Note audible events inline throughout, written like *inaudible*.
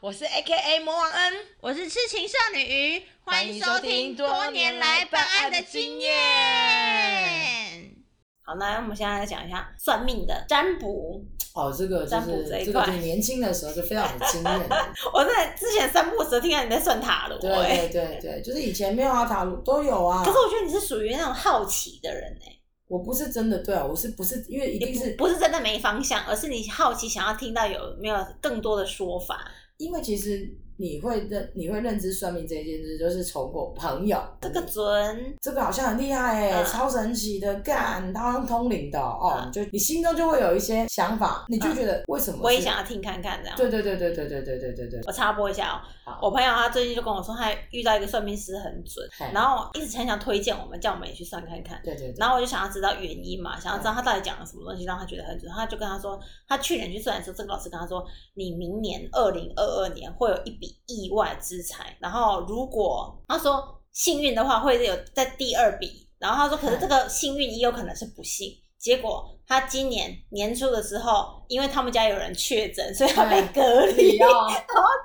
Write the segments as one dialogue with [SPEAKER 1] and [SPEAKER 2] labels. [SPEAKER 1] 我是 A K A 魔王恩，
[SPEAKER 2] 我是痴情少女鱼，欢迎收听
[SPEAKER 1] 多
[SPEAKER 2] 多
[SPEAKER 1] 年
[SPEAKER 2] 年
[SPEAKER 1] 来
[SPEAKER 2] 来
[SPEAKER 1] 办
[SPEAKER 2] 办
[SPEAKER 1] 案
[SPEAKER 2] 案
[SPEAKER 1] 的
[SPEAKER 2] 的
[SPEAKER 1] 经
[SPEAKER 2] 经
[SPEAKER 1] 验
[SPEAKER 2] 验。
[SPEAKER 1] 好，那我们现在来讲一下算命的占卜。 *laughs*
[SPEAKER 3] 哦，这个就
[SPEAKER 1] 占卜
[SPEAKER 3] 是
[SPEAKER 1] 这一
[SPEAKER 3] 这个，
[SPEAKER 1] 块
[SPEAKER 3] 就是年轻的时候就非常有经
[SPEAKER 1] *laughs*
[SPEAKER 3] 验的。
[SPEAKER 1] 我在之前三不五时听到你在算塔罗、
[SPEAKER 3] 对
[SPEAKER 1] 欸，
[SPEAKER 3] 对对对，就是以前没有啊，塔罗都有啊
[SPEAKER 1] 可。是我觉得你是属于那种好奇的人哎、
[SPEAKER 3] 我不是真的对啊，我是不是因为一定
[SPEAKER 1] 也
[SPEAKER 3] 是
[SPEAKER 1] 不不是真的没方向，而是你好奇想要听到有没有更多的说法。
[SPEAKER 3] 因为其实你会认你会认知算命这一件事，就是从我朋友嗯
[SPEAKER 1] 这个准，
[SPEAKER 3] 这个好像很厉害哎、
[SPEAKER 1] 嗯
[SPEAKER 3] 超神奇的，干，他好像通灵的哦，
[SPEAKER 1] 嗯
[SPEAKER 3] 你就你心中就会有一些想法，你就觉得为什么是？
[SPEAKER 1] 我也想要听看看这样。
[SPEAKER 3] 对。对对对对对对对对对，
[SPEAKER 1] 我插播一下哦、
[SPEAKER 3] 好
[SPEAKER 1] 我朋友他最近就跟我说，他遇到一个算命师很准，
[SPEAKER 3] 嘿
[SPEAKER 1] 然后一直很想推荐我们，叫我们也去算看看。
[SPEAKER 3] 对对对，
[SPEAKER 1] 然后我就想要知道原因嘛，想要知道他到底讲了什么东西让他觉得很准。他就跟他说，他去年去算的时候，这个老师跟他说，你明年二零二二年会有一笔意外之财，然后如果他说幸运的话，会有在第二笔。然后他说，可是这个幸运也有可能是不幸。结果他今年年初的时候，因为他们家有人确诊，所以他被
[SPEAKER 3] 嗯
[SPEAKER 1] 隔离， *laughs* 然
[SPEAKER 3] 哦，
[SPEAKER 1] 后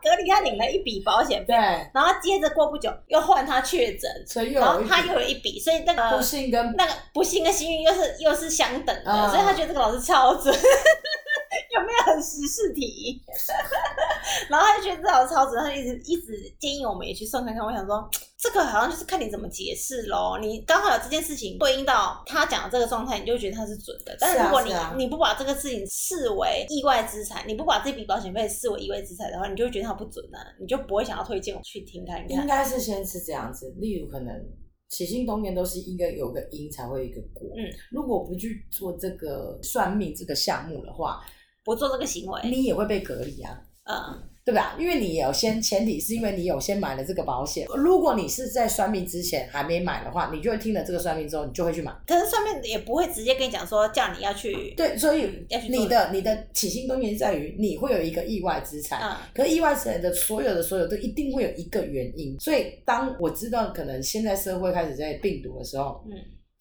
[SPEAKER 1] 隔离他领了一笔保险费，
[SPEAKER 3] 对，
[SPEAKER 1] 然后接着过不久又换他确诊，
[SPEAKER 3] 所以又
[SPEAKER 1] 然后
[SPEAKER 3] 有一呃
[SPEAKER 1] 他
[SPEAKER 3] 点
[SPEAKER 1] 又有一笔，所以那个
[SPEAKER 3] 不幸跟
[SPEAKER 1] 那个不幸跟幸运又是又是相等的，
[SPEAKER 3] 嗯
[SPEAKER 1] 所以他觉得这个老师超准。有没有很实事题？ *laughs* 然后他就觉得这老师超准，他就一直一直建议我们也去算看看。我想说，这个好像就是看你怎么解释咯。你刚好有这件事情对应到他讲的这个状态，你就会觉得他是准的。但
[SPEAKER 3] 是啊
[SPEAKER 1] 如果你、
[SPEAKER 3] 是啊
[SPEAKER 1] 你不把这个事情视为意外之财，你不把这笔保险费视为意外之财的话，你就会觉得它不准啊，你就不会想要推荐我去听看
[SPEAKER 3] 应
[SPEAKER 1] 看。
[SPEAKER 3] 该是先是这样子，例如可能起心动念都是应该有个因才会有一个果。
[SPEAKER 1] 嗯，
[SPEAKER 3] 如果不去做这个算命这个项目的话，
[SPEAKER 1] 不做这个行为，
[SPEAKER 3] 你也会被隔离啊，
[SPEAKER 1] 嗯，
[SPEAKER 3] 对吧？因为你有先前提是因为你有先买了这个保险。如果你是在算命之前还没买的话，你就会听了这个算命之后，你就会去买。
[SPEAKER 1] 可是上面也不会直接跟你讲说叫你要去，
[SPEAKER 3] 对，所以
[SPEAKER 1] 嗯要去做
[SPEAKER 3] 你的你的起心动念在于你会有一个意外之财，
[SPEAKER 1] 嗯
[SPEAKER 3] 可意外之财的所有的所有都一定会有一个原因，所以当我知道可能现在社会开始在病毒的时候，
[SPEAKER 1] 嗯，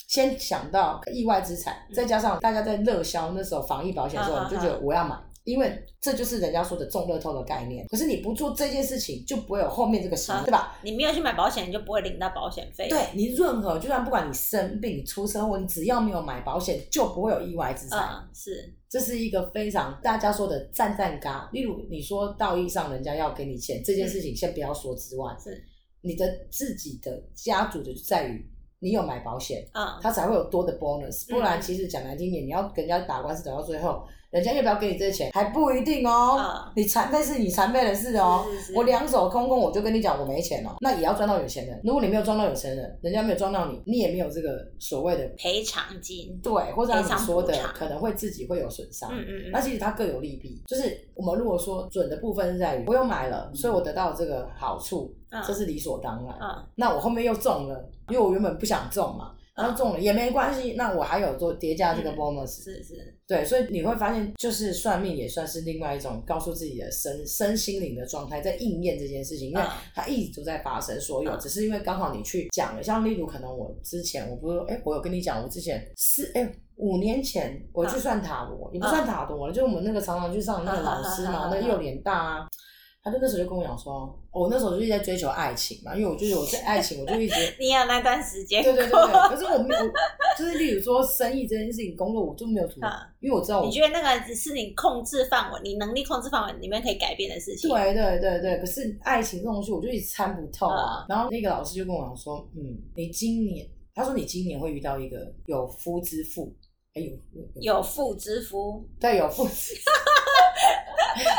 [SPEAKER 3] 先想到意外之财，
[SPEAKER 1] 嗯
[SPEAKER 3] 再加上大家在热销那时候防疫保险的时候，
[SPEAKER 1] 嗯
[SPEAKER 3] 你就觉得我要买。因为这就是人家说的中乐透的概念，可是你不做这件事情，就不会有后面这个行为，
[SPEAKER 1] 嗯
[SPEAKER 3] 对吧？
[SPEAKER 1] 你没有去买保险，你就不会领到保险费。
[SPEAKER 3] 对你任何，就算不管你生病、你出车祸，你只要没有买保险，就不会有意外之财。
[SPEAKER 1] 嗯，是，
[SPEAKER 3] 这是一个非常大家说的赞赞嘎。例如你说道义上人家要给你钱这件事情，先不要说之外，
[SPEAKER 1] 嗯是
[SPEAKER 3] 你的自己的家族的就在于你有买保险，
[SPEAKER 1] 嗯，
[SPEAKER 3] 它才会有多的 bonus。
[SPEAKER 1] 嗯
[SPEAKER 3] 不然其实讲难听点，你要跟人家打官司打到最后，人家要不要给你这些钱还不一定哦
[SPEAKER 1] 嗯。
[SPEAKER 3] 你残废是你残废的事哦。
[SPEAKER 1] 是是是
[SPEAKER 3] 我两手空空，我就跟你讲我没钱哦，那也要赚到有钱人。如果你没有赚到有钱人，人家没有赚到你，你也没有这个所谓的
[SPEAKER 1] 赔偿金。
[SPEAKER 3] 对，或者像
[SPEAKER 1] 赔
[SPEAKER 3] 你
[SPEAKER 1] 偿
[SPEAKER 3] 说
[SPEAKER 1] 补
[SPEAKER 3] 的
[SPEAKER 1] 偿，
[SPEAKER 3] 可能会自己会有损伤。
[SPEAKER 1] 嗯嗯
[SPEAKER 3] 那
[SPEAKER 1] 嗯，
[SPEAKER 3] 其实它各有利弊，就是我们如果说准的部分是在于我有买了，所以我得到这个好处，
[SPEAKER 1] 嗯
[SPEAKER 3] 这是理所当然。
[SPEAKER 1] 嗯
[SPEAKER 3] 那我后面又中了，因为我原本不想中嘛，然后中了也没关系，那我还有做叠加这个
[SPEAKER 1] 嗯
[SPEAKER 3] bonus，、
[SPEAKER 1] 是是，
[SPEAKER 3] 对，所以你会发现，就是算命也算是另外一种告诉自己的身身心灵的状态，在应验这件事情，因为
[SPEAKER 1] 嗯
[SPEAKER 3] 它一直都在发生，所有、
[SPEAKER 1] 嗯
[SPEAKER 3] 只是因为刚好你去讲了，像例如可能我之前我不是哎、我有跟你讲，我之前是哎。五年前我去算塔罗，也不算塔罗了，就我们那个常常去上的那个老师
[SPEAKER 1] 嗯嗯嗯嗯
[SPEAKER 3] 嘛，
[SPEAKER 1] 嗯嗯
[SPEAKER 3] 那个右脸大啊，他就那时候就跟我讲说，我那时候就一直在追求爱情嘛，因为我就是我对爱情，我就
[SPEAKER 1] *laughs*
[SPEAKER 3] 一直
[SPEAKER 1] 你有那段时间
[SPEAKER 3] 对对对
[SPEAKER 1] 哎
[SPEAKER 3] 对，可是我没有，我就是例如说生意这件事情，工作我就没有什么
[SPEAKER 1] 啊，
[SPEAKER 3] 因为我知道我
[SPEAKER 1] *laughs* 你觉得那个只是你控制范围，你能力控制范围里面可以改变的事情。，
[SPEAKER 3] 对对对对，可是爱情这种东西我就一直参不透啊。然后那个老师就跟我讲说，嗯，你今年，他说你今年会遇到一个有夫之妇，哎有
[SPEAKER 1] 有妇之夫。
[SPEAKER 3] 对有夫之妇，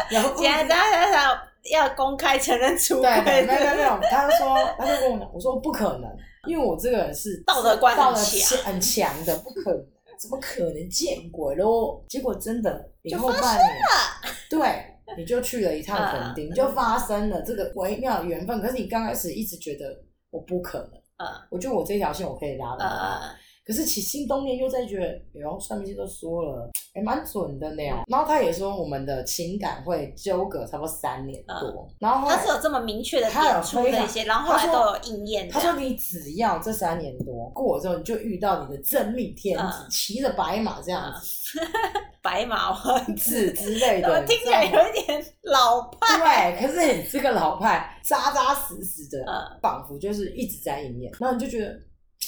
[SPEAKER 3] 有夫之
[SPEAKER 1] 现在大家想要公开承认出
[SPEAKER 3] 对
[SPEAKER 1] 轨， *laughs*
[SPEAKER 3] 对，没有没有没有，他就说，他就跟我讲，我说不可能，因为我这个人是
[SPEAKER 1] 道德观很
[SPEAKER 3] 道德
[SPEAKER 1] 强
[SPEAKER 3] 很强的，不可能，怎么可能见鬼喽？结果真的，你
[SPEAKER 1] 就
[SPEAKER 3] 后半年，对，你就去了一趟
[SPEAKER 1] 啊
[SPEAKER 3] 垦丁，就发生了这个微妙的缘分。可是你刚开始一直觉得我不可能，
[SPEAKER 1] 嗯
[SPEAKER 3] 我觉得我这条线我可以拉得很好
[SPEAKER 1] 呃，
[SPEAKER 3] 可是起心动念又在觉得，哎呦，算命师都说了，哎，蛮准的呢。
[SPEAKER 1] 嗯
[SPEAKER 3] 然后他也说我们的情感会纠葛差不多三年多，然后后
[SPEAKER 1] 嗯他
[SPEAKER 3] 来
[SPEAKER 1] 是有这么明确的
[SPEAKER 3] 他有
[SPEAKER 1] 点出这些，然后后来
[SPEAKER 3] 他说
[SPEAKER 1] 都有应验的。
[SPEAKER 3] 他说你只要这三年多过之后，你就遇到你的真命天子，
[SPEAKER 1] 嗯
[SPEAKER 3] 骑着白马这样子，
[SPEAKER 1] 白马王子，
[SPEAKER 3] 子之
[SPEAKER 1] 嗯
[SPEAKER 3] 类
[SPEAKER 1] 怎么
[SPEAKER 3] 的，
[SPEAKER 1] 听起来
[SPEAKER 3] 你知道
[SPEAKER 1] 有
[SPEAKER 3] 吗
[SPEAKER 1] 一点老派？
[SPEAKER 3] 对，可是你这个老派扎扎实实的
[SPEAKER 1] 嗯，
[SPEAKER 3] 仿佛就是一直在应验，然后你就觉得。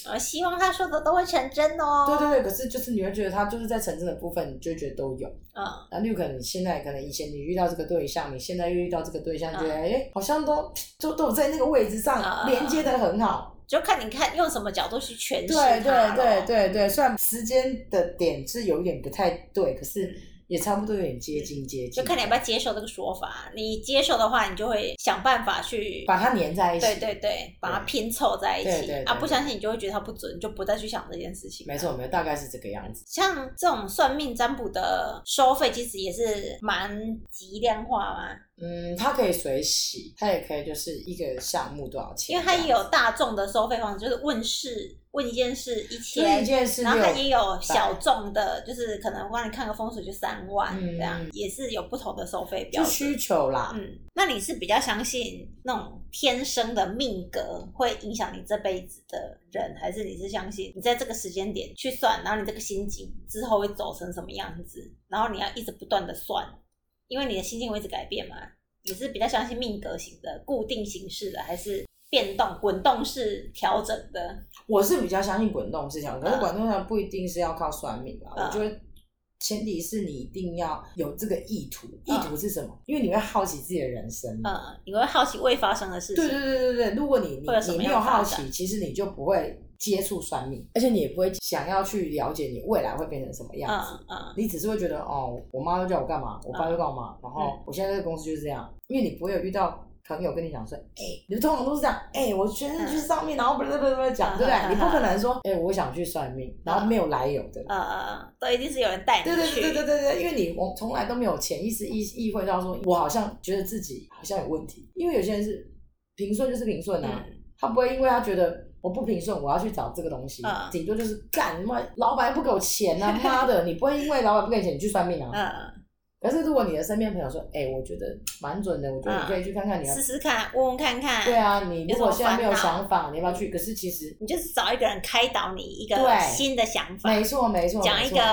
[SPEAKER 1] 我呃希望他说的都会成真哦。
[SPEAKER 3] 对对对，可是就是你会觉得他就是在成真的部分，你就会觉得都有。
[SPEAKER 1] 嗯，
[SPEAKER 3] 那就可能你现在可能以前你遇到这个对象，你现在又遇到这个对象，你觉得哎、诶好像都都都有在那个位置上
[SPEAKER 1] 嗯嗯嗯嗯
[SPEAKER 3] 连接的很好。
[SPEAKER 1] 就看你看用什么角度去诠释
[SPEAKER 3] 对
[SPEAKER 1] 它
[SPEAKER 3] 对对
[SPEAKER 1] 咯，
[SPEAKER 3] 对对，虽然时间的点是有一点不太对，可是也差不多有点接近接
[SPEAKER 1] 嗯就
[SPEAKER 3] 近。
[SPEAKER 1] 看你要不要接受这个说法。你接受的话，你就会想办法去
[SPEAKER 3] 把它粘在一起。
[SPEAKER 1] 对对对，把它拼凑在一起
[SPEAKER 3] 对对对
[SPEAKER 1] 啊！
[SPEAKER 3] 对
[SPEAKER 1] 不相信你就会觉得它不准，你就不再去想这件事情。
[SPEAKER 3] 没错，没错，大概是这个样子。
[SPEAKER 1] 像这种算命占卜的收费，其实也是蛮极量化嘛，
[SPEAKER 3] 嗯，它可以水洗，它也可以就是一个项目多少钱
[SPEAKER 1] 因
[SPEAKER 3] 这
[SPEAKER 1] 为
[SPEAKER 3] 样
[SPEAKER 1] 它
[SPEAKER 3] 子，
[SPEAKER 1] 也有大众的收费方式，就是问事问一件事一
[SPEAKER 3] 就是
[SPEAKER 1] 千
[SPEAKER 3] 一，件事
[SPEAKER 1] 嗯然后它
[SPEAKER 3] 六
[SPEAKER 1] 也有小众的，就是可能帮你看个风水就三万
[SPEAKER 3] 嗯
[SPEAKER 1] 这样，也是有不同的收费标
[SPEAKER 3] 就
[SPEAKER 1] 准
[SPEAKER 3] 需。求啦。
[SPEAKER 1] 嗯，那你是比较相信那种天生的命格会影响你这辈子的人，还是你是相信你在这个时间点去算，然后你这个心境之后会走成什么样子，然后你要一直不断的算，因为你的心境会一直改变嘛？你是比较相信命格型的固定形式的，还是变动滚动式调整的？
[SPEAKER 3] 我是比较相信滚动式调整，可是
[SPEAKER 1] 嗯
[SPEAKER 3] 滚动式不一定是要靠算命啦。
[SPEAKER 1] 嗯
[SPEAKER 3] 我觉得前提是你一定要有这个意图。意
[SPEAKER 1] 嗯
[SPEAKER 3] 图是什么？因为你会好奇自己的人生嘛。
[SPEAKER 1] 嗯，你会好奇未发生的事情。
[SPEAKER 3] 对对对对对，如果你
[SPEAKER 1] 会有
[SPEAKER 3] 你
[SPEAKER 1] 什么
[SPEAKER 3] 你没
[SPEAKER 1] 样
[SPEAKER 3] 有
[SPEAKER 1] 的发
[SPEAKER 3] 好
[SPEAKER 1] 展
[SPEAKER 3] 奇，其实你就不会接触算命，而且你也不会想要去了解你未来会变成什么样子。
[SPEAKER 1] 嗯嗯
[SPEAKER 3] 你只是会觉得哦，我妈都叫我干嘛，我爸都干嘛，然后
[SPEAKER 1] 嗯
[SPEAKER 3] 我现在这个公司就是这样，因为你不会有遇到朋友跟你讲说，哎、你们通常都是这样，哎、我学生去上面，然后不不不不讲，对不对？
[SPEAKER 1] 嗯
[SPEAKER 3] 你不可能说，哎、我想去算命，然后没有来由的。
[SPEAKER 1] 嗯嗯，都一定是有人带你
[SPEAKER 3] 对
[SPEAKER 1] 去。
[SPEAKER 3] 对对对对对，因为你我从来都没有潜意识意意会到说，我好像觉得自己好像有问题，因为有些人是平顺就是平顺啊，
[SPEAKER 1] 嗯
[SPEAKER 3] 他不会因为他觉得我不平顺，我要去找这个东西，
[SPEAKER 1] 嗯
[SPEAKER 3] 顶多就是干妈老板不给我钱啊，妈的，你不会因为老板不给你钱你去算命啊，
[SPEAKER 1] 嗯，
[SPEAKER 3] 可是如果你的身边朋友说，哎、我觉得蛮准的，我觉得你可以去看看你要。
[SPEAKER 1] 试试看，问问看看。
[SPEAKER 3] 对啊，你如果现在没有
[SPEAKER 1] 嗯有什么烦恼
[SPEAKER 3] 想法，你要不要去？可是其实，
[SPEAKER 1] 你就是找一个人开导你一个
[SPEAKER 3] 对
[SPEAKER 1] 新的想法，
[SPEAKER 3] 没错没错，
[SPEAKER 1] 讲一
[SPEAKER 3] 没错
[SPEAKER 1] 个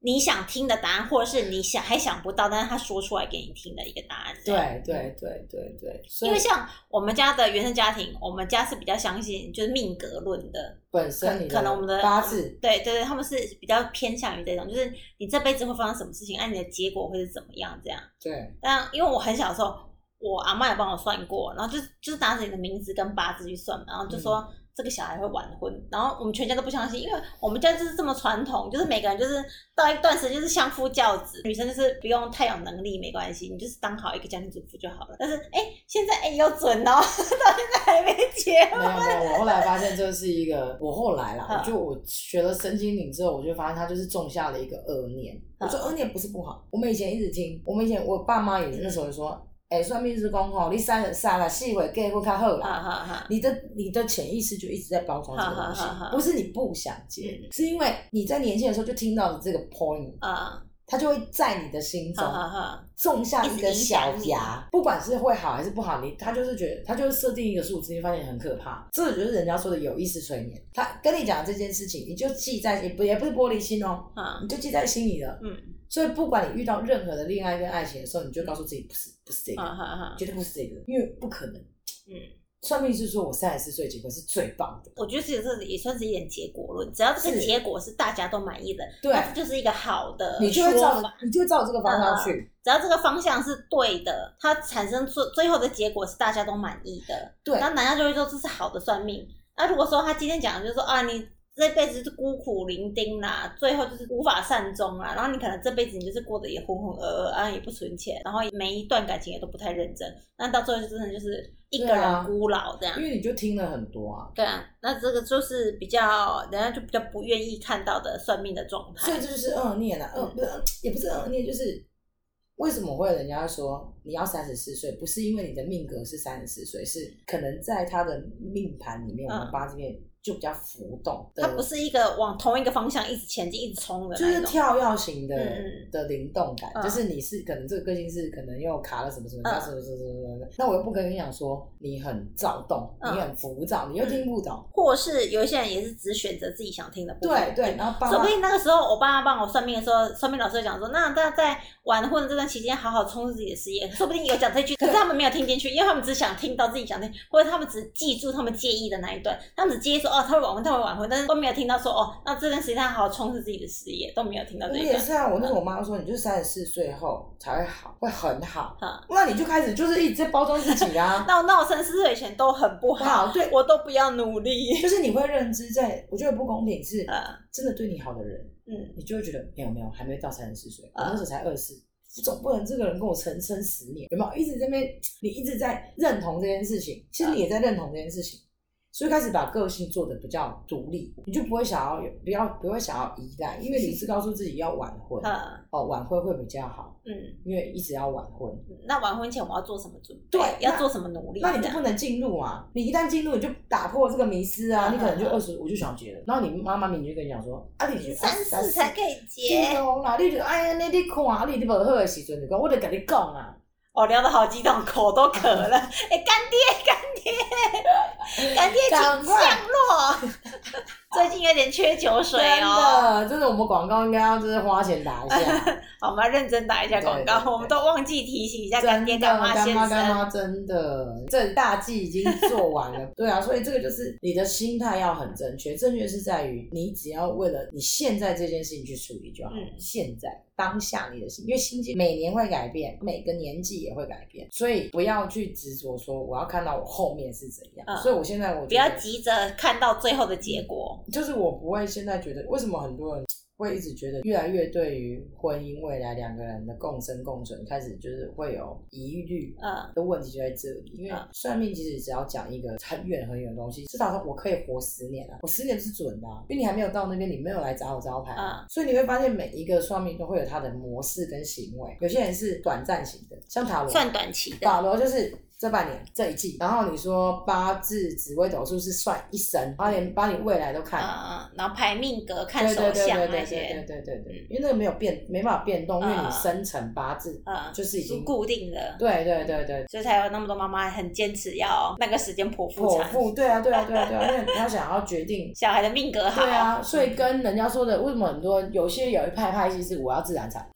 [SPEAKER 1] 你想听的答案，或者是你想还想不到，但是他说出来给你听的一个答案。这样
[SPEAKER 3] 对对对对对，所
[SPEAKER 1] 因
[SPEAKER 3] 以
[SPEAKER 1] 为像我们家的原生家庭，我们家是比较相信就是命格论的，
[SPEAKER 3] 本
[SPEAKER 1] 可
[SPEAKER 3] 身你
[SPEAKER 1] 可能我们的
[SPEAKER 3] 八字，
[SPEAKER 1] 对对对，他们是比较偏向于这种，就是你这辈子会发生什么事情，按、你的结果会是怎么样这样。
[SPEAKER 3] 对
[SPEAKER 1] 但因为我很小的时候，我阿妈也帮我算过，然后就是就是拿着你的名字跟八字去算嘛，然后就说。这个小孩会晚婚，然后我们全家都不相信，因为我们家就是这么传统，就是每个人就是到一段时间就是相夫教子，女生就是不用太有能力没关系，你就是当好一个家庭主妇就好了。但是哎，现在哎又准哦，到 *laughs* 现在还没结
[SPEAKER 3] 没 *laughs*
[SPEAKER 1] 婚，
[SPEAKER 3] 有没有。我后来发现这是一个，我后来啦，
[SPEAKER 1] 嗯
[SPEAKER 3] 我就我学了身心灵之后，我就发现他就是种下了一个恶念。我
[SPEAKER 1] 嗯
[SPEAKER 3] 说恶念不是不好，我们以前一直听，我们以前我爸妈也那时候
[SPEAKER 1] 嗯
[SPEAKER 3] 说，哎、算命是讲吼，你三十三了，四岁结婚较好啦。
[SPEAKER 1] 啊哈哈哈，
[SPEAKER 3] 你的你的潜意识就一直在包装这个东西
[SPEAKER 1] 哈哈哈，哈
[SPEAKER 3] 不是你不想接，
[SPEAKER 1] 嗯
[SPEAKER 3] 是因为你在年轻的时候就听到了这个 point，
[SPEAKER 1] 啊
[SPEAKER 3] 它就会在你的心中
[SPEAKER 1] 哈哈哈，
[SPEAKER 3] 种下
[SPEAKER 1] 一直
[SPEAKER 3] 一个
[SPEAKER 1] 影
[SPEAKER 3] 小
[SPEAKER 1] 响你
[SPEAKER 3] 芽，不管是会好还是不好，你他就是觉得他就是设定一个数字，你发现很可怕，这就是人家说的有意识催眠。他跟你讲这件事情，你就记在也不也不是玻璃心哦，
[SPEAKER 1] 哈
[SPEAKER 3] 你就记在心里了。
[SPEAKER 1] 嗯
[SPEAKER 3] 所以不管你遇到任何的恋爱跟爱情的时候，你就告诉自己不是不是这个，
[SPEAKER 1] 哈哈哈，
[SPEAKER 3] 绝对不是这个，因为不可能。
[SPEAKER 1] 嗯，
[SPEAKER 3] 算命是说我三十四岁结婚是最棒的，
[SPEAKER 1] 我觉得其实这也算是一点结果论，只要这个
[SPEAKER 3] 是
[SPEAKER 1] 结果是大家都满意的，
[SPEAKER 3] 对
[SPEAKER 1] 那这就是一个好的
[SPEAKER 3] 你就会照
[SPEAKER 1] 说
[SPEAKER 3] 着
[SPEAKER 1] 法。嗯
[SPEAKER 3] 你就会照着这个方向去。
[SPEAKER 1] 只要这个方向是对的，它产生最最后的结果是大家都满意的，
[SPEAKER 3] 对
[SPEAKER 1] 那大家就会说这是好的算命。那如果说他今天讲的就是说啊，你这辈子是孤苦伶仃啦，最后就是无法善终啦，然后你可能这辈子你就是过得也浑浑噩噩啊，也不存钱，然后每一段感情也都不太认真，那到最后就真的就是一个
[SPEAKER 3] 对啊
[SPEAKER 1] 人孤老这样
[SPEAKER 3] 因。为你就听了很多啊，
[SPEAKER 1] 对啊，那这个就是比较人家就比较不愿意看到的算命的状
[SPEAKER 3] 所以
[SPEAKER 1] 态。*laughs*
[SPEAKER 3] 这就是恶念啊，恶不是恶也不是恶念，就是为什么会有人家说你要三十四岁，不是因为你的命格是三十四岁，是可能在他的命盘里面，我
[SPEAKER 1] 嗯
[SPEAKER 3] 们八字里面。就比较浮动的，
[SPEAKER 1] 它不是一个往同一个方向一直前进、一直冲的
[SPEAKER 3] 就
[SPEAKER 1] 那
[SPEAKER 3] 是
[SPEAKER 1] 种。
[SPEAKER 3] 跳跃型的、
[SPEAKER 1] 嗯
[SPEAKER 3] 的灵动感，
[SPEAKER 1] 嗯
[SPEAKER 3] 就是你是可能这个个性是可能又卡了什么什
[SPEAKER 1] 嗯
[SPEAKER 3] 么，什么什么什么什么，那我又不跟你讲说你很躁动，
[SPEAKER 1] 嗯
[SPEAKER 3] 你很浮躁，你又听不懂，
[SPEAKER 1] 或是有一些人也是只选择自己想听的部分。
[SPEAKER 3] 对对，然后爸
[SPEAKER 1] 说
[SPEAKER 3] 妈
[SPEAKER 1] 不定那个时候，我爸妈帮我算命的时候，算命老师就讲说，那大家在晚婚这段期间，好好充实自己的事业。说不定有讲这句，可是他们没有听进去，因为他们只想听到自己想听，或者他们只记住他们介意的那一段，他们只介意说哦，他会晚婚，他会晚婚，但是都没有听到说哦，那这段时间他好好充实自己的事业，都没有听到
[SPEAKER 3] 我
[SPEAKER 1] 这一
[SPEAKER 3] 也
[SPEAKER 1] 段。
[SPEAKER 3] 是啊，我那时 *laughs* 候我妈说，你就三十四岁后才会好，会很好
[SPEAKER 1] 嗯，
[SPEAKER 3] 那你就开始就是一直在包装自己啊，
[SPEAKER 1] 那我那我三十岁以前都很不
[SPEAKER 3] 不
[SPEAKER 1] 好，
[SPEAKER 3] *laughs* 好，对，
[SPEAKER 1] 我都不要努力。 *laughs*
[SPEAKER 3] 就是你会认知在，我觉得不公平是
[SPEAKER 1] 啊，
[SPEAKER 3] 真的对你好的人，
[SPEAKER 1] 嗯，
[SPEAKER 3] 你就会觉得没有没有，还没到三十四岁，我
[SPEAKER 1] 啊
[SPEAKER 3] 那时候才二十四。总不能这个人跟我撑撑十年，有没有？一直在那边，你一直在认同这件事情，其实你也在认同这件事情，所以开始把个性做的比较独立，你就不会想要有不要不会想要依赖，因为你是告诉自己要晚婚，
[SPEAKER 1] 啊，
[SPEAKER 3] 哦，晚婚会比较好，
[SPEAKER 1] 嗯，
[SPEAKER 3] 因为一直要晚婚，
[SPEAKER 1] 那晚婚前我要做什么准备？
[SPEAKER 3] 对
[SPEAKER 1] 要
[SPEAKER 3] 那
[SPEAKER 1] 做什么努力？
[SPEAKER 3] 那你
[SPEAKER 1] 这
[SPEAKER 3] 就
[SPEAKER 1] 样
[SPEAKER 3] 不能进入啊！你一旦进入，你就打破这个迷思啊！
[SPEAKER 1] 嗯
[SPEAKER 3] 你可能就
[SPEAKER 1] 嗯嗯
[SPEAKER 3] 二十，我就想结了。然后你妈妈明就跟你讲说：“啊，你
[SPEAKER 1] 三四才可以
[SPEAKER 3] 结
[SPEAKER 1] 结。
[SPEAKER 3] 哦啦，你就哎呀，你你看啊，你你无好的时阵，就讲我就跟你讲啊，
[SPEAKER 1] 哦，聊得好激动， *laughs* 口都渴了。哎、干爹，干爹，干爹，
[SPEAKER 3] 赶
[SPEAKER 1] 请
[SPEAKER 3] 快
[SPEAKER 1] 降落。 *laughs* 最近有点缺酒水哦，
[SPEAKER 3] 真的，真的，我们广告应该要就是花钱打一
[SPEAKER 1] *laughs*
[SPEAKER 3] 下，
[SPEAKER 1] 好我们要认真打一下广告
[SPEAKER 3] 对对，对
[SPEAKER 1] 我们都忘记提醒一下干爹
[SPEAKER 3] 真的，
[SPEAKER 1] 干妈
[SPEAKER 3] 干
[SPEAKER 1] 先
[SPEAKER 3] 妈干
[SPEAKER 1] 生。
[SPEAKER 3] 妈真的，这大计已经做
[SPEAKER 1] *laughs*
[SPEAKER 3] 完了，对啊，所以这个就是你的心态要很正确，正确是在于你只要为了你现在这件事情去处理就好，
[SPEAKER 1] 嗯
[SPEAKER 3] 现在当下你的心，因为心境每年会改变，每个年纪也会改变，所以不要去执着说我要看到我后面是怎样，
[SPEAKER 1] 嗯
[SPEAKER 3] 所以我现在我觉得
[SPEAKER 1] 不要急着看到最后的结果，
[SPEAKER 3] 就是我不会现在觉得，为什么很多人会一直觉得越来越对于婚姻未来两个人的共生共存开始就是会有疑虑。
[SPEAKER 1] 嗯，
[SPEAKER 3] 的问题就在这里，因为
[SPEAKER 1] 嗯
[SPEAKER 3] 算命其实只要讲一个很远很远的东西，至少说我可以活十年啊，我十年是准的、啊，因为你还没有到那边，你没有来砸我招牌、
[SPEAKER 1] 嗯
[SPEAKER 3] 啊，所以你会发现每一个算命都会有他的模式跟行为，有些人是短暂型的，像塔罗，
[SPEAKER 1] 算短期的，
[SPEAKER 3] 塔罗就是这半年这一季，然后你说八字、紫微斗数是算一生，把你把你未来都看，
[SPEAKER 1] 嗯，然后排命格、
[SPEAKER 3] 对对对对对对对
[SPEAKER 1] 看手相那
[SPEAKER 3] 对
[SPEAKER 1] 些，嗯
[SPEAKER 3] 对对对，因为那个没有变，没办法变动，因为你生辰八字
[SPEAKER 1] 嗯，
[SPEAKER 3] 就是已经
[SPEAKER 1] 固定的，
[SPEAKER 3] 对对对对
[SPEAKER 1] 所以才有那么多妈妈很坚持要那个时间剖腹
[SPEAKER 3] 剖
[SPEAKER 1] 产，
[SPEAKER 3] 腹，对啊对啊对啊对啊，因为你要想要决定。
[SPEAKER 1] 小孩的命格好，
[SPEAKER 3] *laughs* 对啊，所以跟人家说的，为什么很多有些有一派派系是我要自然产，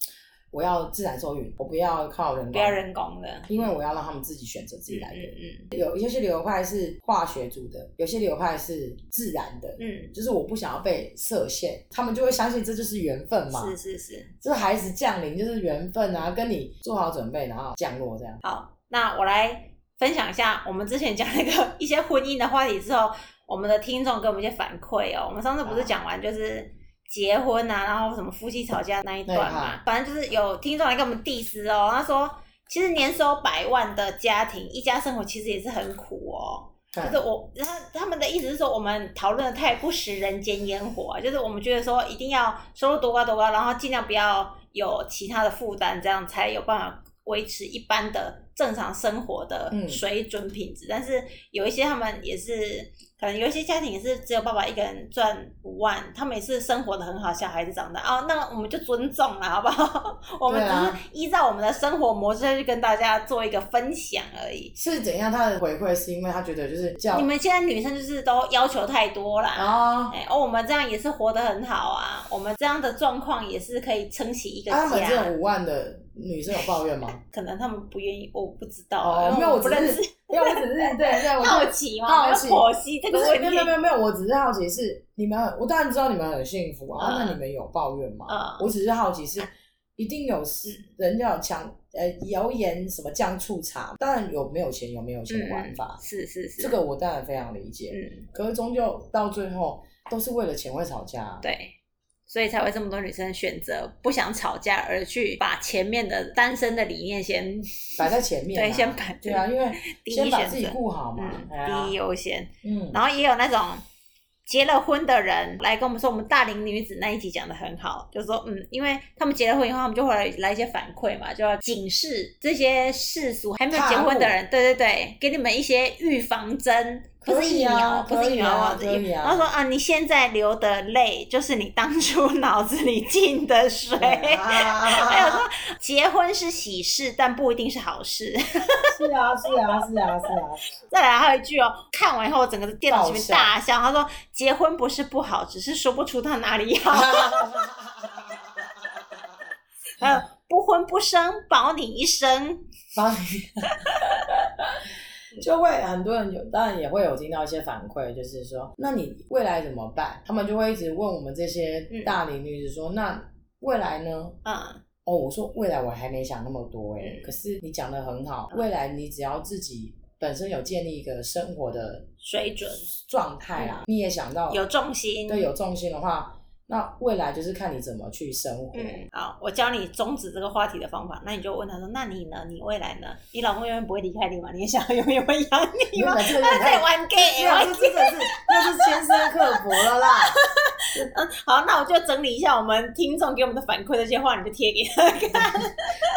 [SPEAKER 3] 我要自然受孕，我不要靠人工，
[SPEAKER 1] 不要人工的，
[SPEAKER 3] 因为我要让他们自己选择自己来源。
[SPEAKER 1] 嗯
[SPEAKER 3] 有有些流派是化学组的，有些流派是自然的，
[SPEAKER 1] 嗯
[SPEAKER 3] 就是我不想要被设限，他们就会相信这就是缘分嘛。
[SPEAKER 1] 嗯，是是是。
[SPEAKER 3] 这孩子降临就是缘分啊，跟你做好准备，然后降落这样。
[SPEAKER 1] 好，那我来分享一下我们之前讲那个一些婚姻的话题之后，我们的听众给我们一些反馈哦。我们上次不是讲完就是。结婚啊，然后什么夫妻吵架那一段
[SPEAKER 3] 那一
[SPEAKER 1] 嘛，反正就是有听众来跟我们 diss 哦，他说其实年收百万的家庭，一家生活其实也是很苦哦。就是我他他们的意思是说，我们讨论的太不食人间烟火啊，就是我们觉得说一定要收入多高多高，然后尽量不要有其他的负担，这样才有办法维持一般的正常生活的
[SPEAKER 3] 嗯
[SPEAKER 1] 水准品质。但是有一些他们也是。可能有一些家庭也是只有爸爸一个人赚五万，他们也是生活的很好，小孩子长大哦，那我们就尊重了，好不好？ *laughs* 我们
[SPEAKER 3] 对
[SPEAKER 1] 只
[SPEAKER 3] 啊
[SPEAKER 1] 是依照我们的生活模式去跟大家做一个分享而已。
[SPEAKER 3] 是怎样？他的回馈是因为他觉得就是叫
[SPEAKER 1] 你们现在女生就是都要求太多啦。
[SPEAKER 3] 啊，
[SPEAKER 1] 哎、哦，我们这样也是活得很好啊，我们这样的状况也是可以撑起一个
[SPEAKER 3] 啊他们这
[SPEAKER 1] 家。
[SPEAKER 3] 种五万的女生有抱
[SPEAKER 1] *laughs*
[SPEAKER 3] 怨吗？
[SPEAKER 1] 可能他们不愿意，我不知道啊，
[SPEAKER 3] 哦，
[SPEAKER 1] 因
[SPEAKER 3] 没
[SPEAKER 1] 为
[SPEAKER 3] 有，我
[SPEAKER 1] 不
[SPEAKER 3] 只
[SPEAKER 1] 认
[SPEAKER 3] 是
[SPEAKER 1] 识。，
[SPEAKER 3] 因为我只是对对，我
[SPEAKER 1] *laughs* 好
[SPEAKER 3] 就
[SPEAKER 1] 奇嘛，
[SPEAKER 3] 好
[SPEAKER 1] 我要
[SPEAKER 3] 奇
[SPEAKER 1] 剖析这
[SPEAKER 3] 不
[SPEAKER 1] 个
[SPEAKER 3] 是
[SPEAKER 1] 问
[SPEAKER 3] 没
[SPEAKER 1] 题
[SPEAKER 3] *laughs* 有没。有没有没有，我只是好奇是你们，我当然知道你们很幸福
[SPEAKER 1] 嗯
[SPEAKER 3] 啊，那你们有抱怨吗？
[SPEAKER 1] 嗯
[SPEAKER 3] 我只是好奇是一定有是人家有强呃谣言什么酱醋茶，当然有没有钱有没有钱的玩法，
[SPEAKER 1] 是是是，
[SPEAKER 3] 这个我当然非常理解。
[SPEAKER 1] 嗯，
[SPEAKER 3] 可是终究到最后都是为了钱会吵架、啊。
[SPEAKER 1] 对，所以才会这么多女生选择不想吵架，而去把前面的单身的理念先
[SPEAKER 3] 摆在前面、啊。
[SPEAKER 1] 对先摆
[SPEAKER 3] 对啊，因为
[SPEAKER 1] *laughs* 第一
[SPEAKER 3] 先把
[SPEAKER 1] 选
[SPEAKER 3] 自己
[SPEAKER 1] 择，
[SPEAKER 3] 顾好嘛。
[SPEAKER 1] 嗯
[SPEAKER 3] 哎呀，
[SPEAKER 1] 第一优先。 *laughs*
[SPEAKER 3] 嗯，
[SPEAKER 1] 然后也有那种结了婚的人来跟我们说，我们大龄女子那一集讲的很好，就说嗯，因为他们结了婚以后，他们就会来来一些反馈嘛，就要警示这些世俗还没有结婚的人，对对对，给你们一些预防针，不是
[SPEAKER 3] 可以
[SPEAKER 1] 疫苗，
[SPEAKER 3] 啊
[SPEAKER 1] 不是疫苗，忘记
[SPEAKER 3] 可以啊
[SPEAKER 1] 他说啊，你现在流的泪就是你当初脑子里进的水。
[SPEAKER 3] 啊
[SPEAKER 1] *laughs* 还有说，结婚是喜事，但不一定是好事。
[SPEAKER 3] 是啊，是啊，是啊，是啊，是啊
[SPEAKER 1] 再来还有一句哦，看完以后我整个电脑前面
[SPEAKER 3] 爆笑
[SPEAKER 1] 大笑。他说，结婚不是不好，只是说不出他哪里
[SPEAKER 3] *laughs*
[SPEAKER 1] 好。还有呃不婚不生，保你一生。
[SPEAKER 3] 帮你，
[SPEAKER 1] *laughs*
[SPEAKER 3] 就会很多人有，当然也会有听到一些反馈，就是说，那你未来怎么办？他们就会一直问我们这些
[SPEAKER 1] 嗯
[SPEAKER 3] 大龄女子说，那未来呢？
[SPEAKER 1] 嗯，
[SPEAKER 3] 哦，我说未来我还没想那么多哎、
[SPEAKER 1] 嗯
[SPEAKER 3] 可是你讲的很好，未来你只要自己本身有建立一个生活的
[SPEAKER 1] 水准
[SPEAKER 3] 状态啦，你也想到
[SPEAKER 1] 嗯有重心。
[SPEAKER 3] 对有重心的话，那未来就是看你怎么去生活。
[SPEAKER 1] 嗯，好，我教你终止这个话题的方法。那你就问他说：“那你呢？你未来呢？你老公永远不会离开你吗？你的小孩永远会养你
[SPEAKER 3] 因
[SPEAKER 1] 吗
[SPEAKER 3] 为这个有
[SPEAKER 1] 他
[SPEAKER 3] 点
[SPEAKER 1] 在
[SPEAKER 3] 太，
[SPEAKER 1] 玩 gay，
[SPEAKER 3] 这个真的
[SPEAKER 1] *laughs*
[SPEAKER 3] 是那是尖深刻薄了啦。
[SPEAKER 1] 好，那我就整理一下我们听众给我们的反馈，这些话你就贴给他看。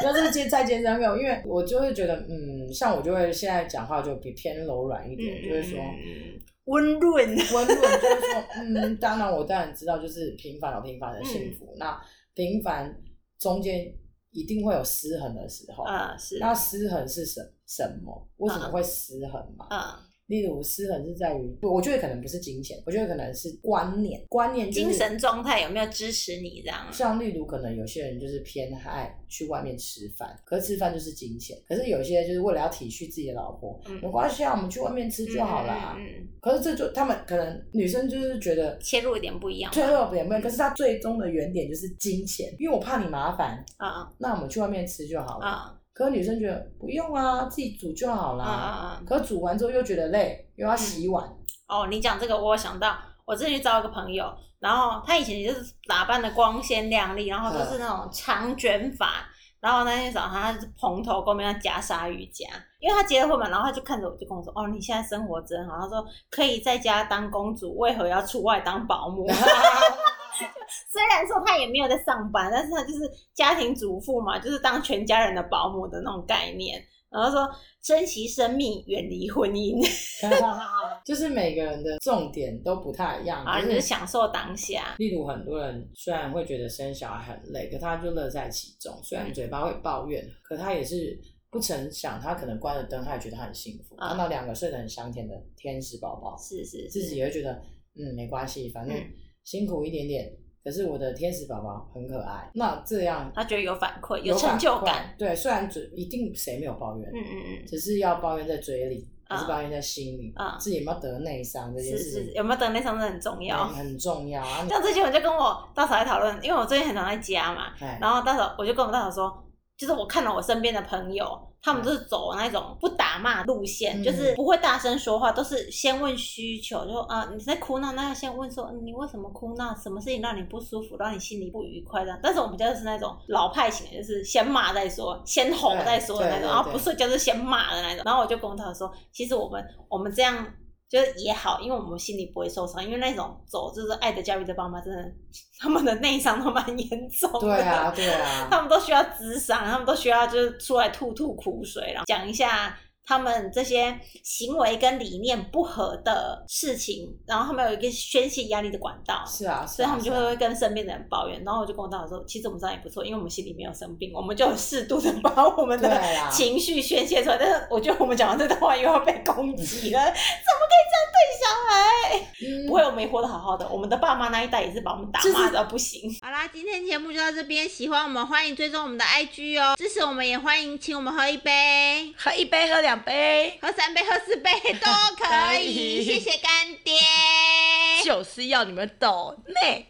[SPEAKER 3] 就是接再接再有，因为我就会觉得，嗯，像我就会现在讲话就比偏柔软一
[SPEAKER 1] 嗯
[SPEAKER 3] 点，就会说
[SPEAKER 1] 温润，
[SPEAKER 3] *laughs* 温润，就会说，嗯，当然我当然知道，就是平凡有平凡的幸福，
[SPEAKER 1] 嗯
[SPEAKER 3] 那平凡中间一定会有失衡的时候，
[SPEAKER 1] 啊，是，
[SPEAKER 3] 那失衡是什什么？为什么
[SPEAKER 1] 嗯
[SPEAKER 3] 会失衡嘛？
[SPEAKER 1] 啊，
[SPEAKER 3] 例如失衡是在于，我觉得可能不是金钱，我觉得可能是观念，观念就是
[SPEAKER 1] 精神状态有没有支持你这样？
[SPEAKER 3] 像例如，可能有些人就是偏爱去外面吃饭，可是吃饭就是金钱。可是有些就是为了要体恤自己的老婆，
[SPEAKER 1] 嗯
[SPEAKER 3] 没关系啊，我们去外面吃就好啊啦。
[SPEAKER 1] 嗯嗯，嗯
[SPEAKER 3] 可是这就他们可能女生就是觉得
[SPEAKER 1] 切入一点不一样吧。
[SPEAKER 3] 最后表妹，可是她最终的原点就是金钱，因为我怕你麻烦，
[SPEAKER 1] 啊
[SPEAKER 3] 那我们去外面吃就好
[SPEAKER 1] 啊
[SPEAKER 3] 了。
[SPEAKER 1] 啊
[SPEAKER 3] 可是女生觉得不用啊，自己煮就好
[SPEAKER 1] 啊
[SPEAKER 3] 啦。
[SPEAKER 1] 啊！
[SPEAKER 3] 可是煮完之后又觉得累，又要洗碗，
[SPEAKER 1] 哦，你讲这个，我有想到，我之前去找一个朋友，然后他以前也就是打扮的光鲜亮丽，然后
[SPEAKER 3] 嗯
[SPEAKER 1] 就是那种长卷发，然后那天早上他就是蓬头垢面，夹鲨鱼夹，因为他结了婚嘛，然后他就看着我就跟我说：“哦，你现在生活真好。”他说：“可以在家当公主，为何要出外当保姆？”嗯虽然说他也没有在上班，但是他就是家庭主妇嘛，就是当全家人的保姆的那种概念。然后说珍惜生命，远离婚姻。
[SPEAKER 3] *laughs* *laughs* 就是每个人的重点都不太一样。
[SPEAKER 1] 啊，
[SPEAKER 3] 可
[SPEAKER 1] 就是享受当下。
[SPEAKER 3] 例如，很多人虽然会觉得生小孩很累，可他就乐在其中。虽然嘴巴会抱怨，可他也是不曾想，他可能关了灯，他也觉得他很幸福，
[SPEAKER 1] 啊
[SPEAKER 3] 看到两个睡得很香甜的天使宝宝，
[SPEAKER 1] 是是
[SPEAKER 3] 自己
[SPEAKER 1] 是，
[SPEAKER 3] 也会觉得，嗯，没关系，反正
[SPEAKER 1] 嗯
[SPEAKER 3] 辛苦一点点，可是我的天使宝宝很可爱。那这样
[SPEAKER 1] 他觉得啊有反馈，
[SPEAKER 3] 有
[SPEAKER 1] 成就
[SPEAKER 3] 反
[SPEAKER 1] 感。
[SPEAKER 3] 馈，对，虽然嘴一定谁没有抱怨，
[SPEAKER 1] 嗯嗯嗯，
[SPEAKER 3] 只是要抱怨在嘴里，还是
[SPEAKER 1] 啊
[SPEAKER 3] 抱怨在心里，
[SPEAKER 1] 啊
[SPEAKER 3] 自己有没有得内伤这件
[SPEAKER 1] 是
[SPEAKER 3] 事
[SPEAKER 1] 是，
[SPEAKER 3] 情
[SPEAKER 1] 是有没有得内伤真的很重要
[SPEAKER 3] 很。很重要
[SPEAKER 1] *laughs*
[SPEAKER 3] 啊。
[SPEAKER 1] 像之前我就跟我大嫂在讨论，因为我最近很常在家嘛，
[SPEAKER 3] 哎
[SPEAKER 1] 然后大嫂我就跟我大嫂说，就是我看了我身边的朋友，他们都是走那种不打骂路线，
[SPEAKER 3] 嗯
[SPEAKER 1] 就是不会大声说话，都是先问需求，就说啊你在哭闹，那要先问说嗯你为什么哭闹，什么事情让你不舒服，让你心里不愉快这样。但是我们家就是那种老派型的，就是先骂再说，先吼再说的那
[SPEAKER 3] 对对
[SPEAKER 1] 种，然后
[SPEAKER 3] 对
[SPEAKER 1] 不睡觉就先骂的那种。然后我就跟我大嫂说，其实我们我们这样。就是也好，因为我们心里不会受伤，因为那种走就是爱的教育的爸妈，真的他们的内伤都蛮严重的。
[SPEAKER 3] 对啊，对
[SPEAKER 1] *laughs*
[SPEAKER 3] 啊，
[SPEAKER 1] 他们都需要智商，他们都需要就是出来吐吐苦水，然后讲一下他们这些行为跟理念不合的事情，然后他们有一个宣泄压力的管道。
[SPEAKER 3] 是啊，
[SPEAKER 1] 所以他们就会
[SPEAKER 3] 是啊
[SPEAKER 1] 会跟身边的人抱怨，然后我就跟我大嫂说，其实我们这样也不错，因为我们心里没有生病，我们就有适度的把我们
[SPEAKER 3] 对
[SPEAKER 1] 的
[SPEAKER 3] 啊，
[SPEAKER 1] 情绪宣泄出来。但是我觉得我们讲完这段话又要被攻击了，怎么可以这样对小孩？
[SPEAKER 3] 嗯
[SPEAKER 1] 不会，我们也活得好好的，我们的爸妈那一代也是把我们打骂到不行。
[SPEAKER 2] 好啦，今天节目就到这边，喜欢我们欢迎追踪我们的 IG 哦，支持我们也欢迎请我们喝一杯、
[SPEAKER 1] 喝一杯，喝两杯。
[SPEAKER 2] 喝三杯、喝四杯都可
[SPEAKER 4] 可
[SPEAKER 2] 以，
[SPEAKER 4] 以
[SPEAKER 2] 谢谢干爹。
[SPEAKER 4] 就是要你们懂内。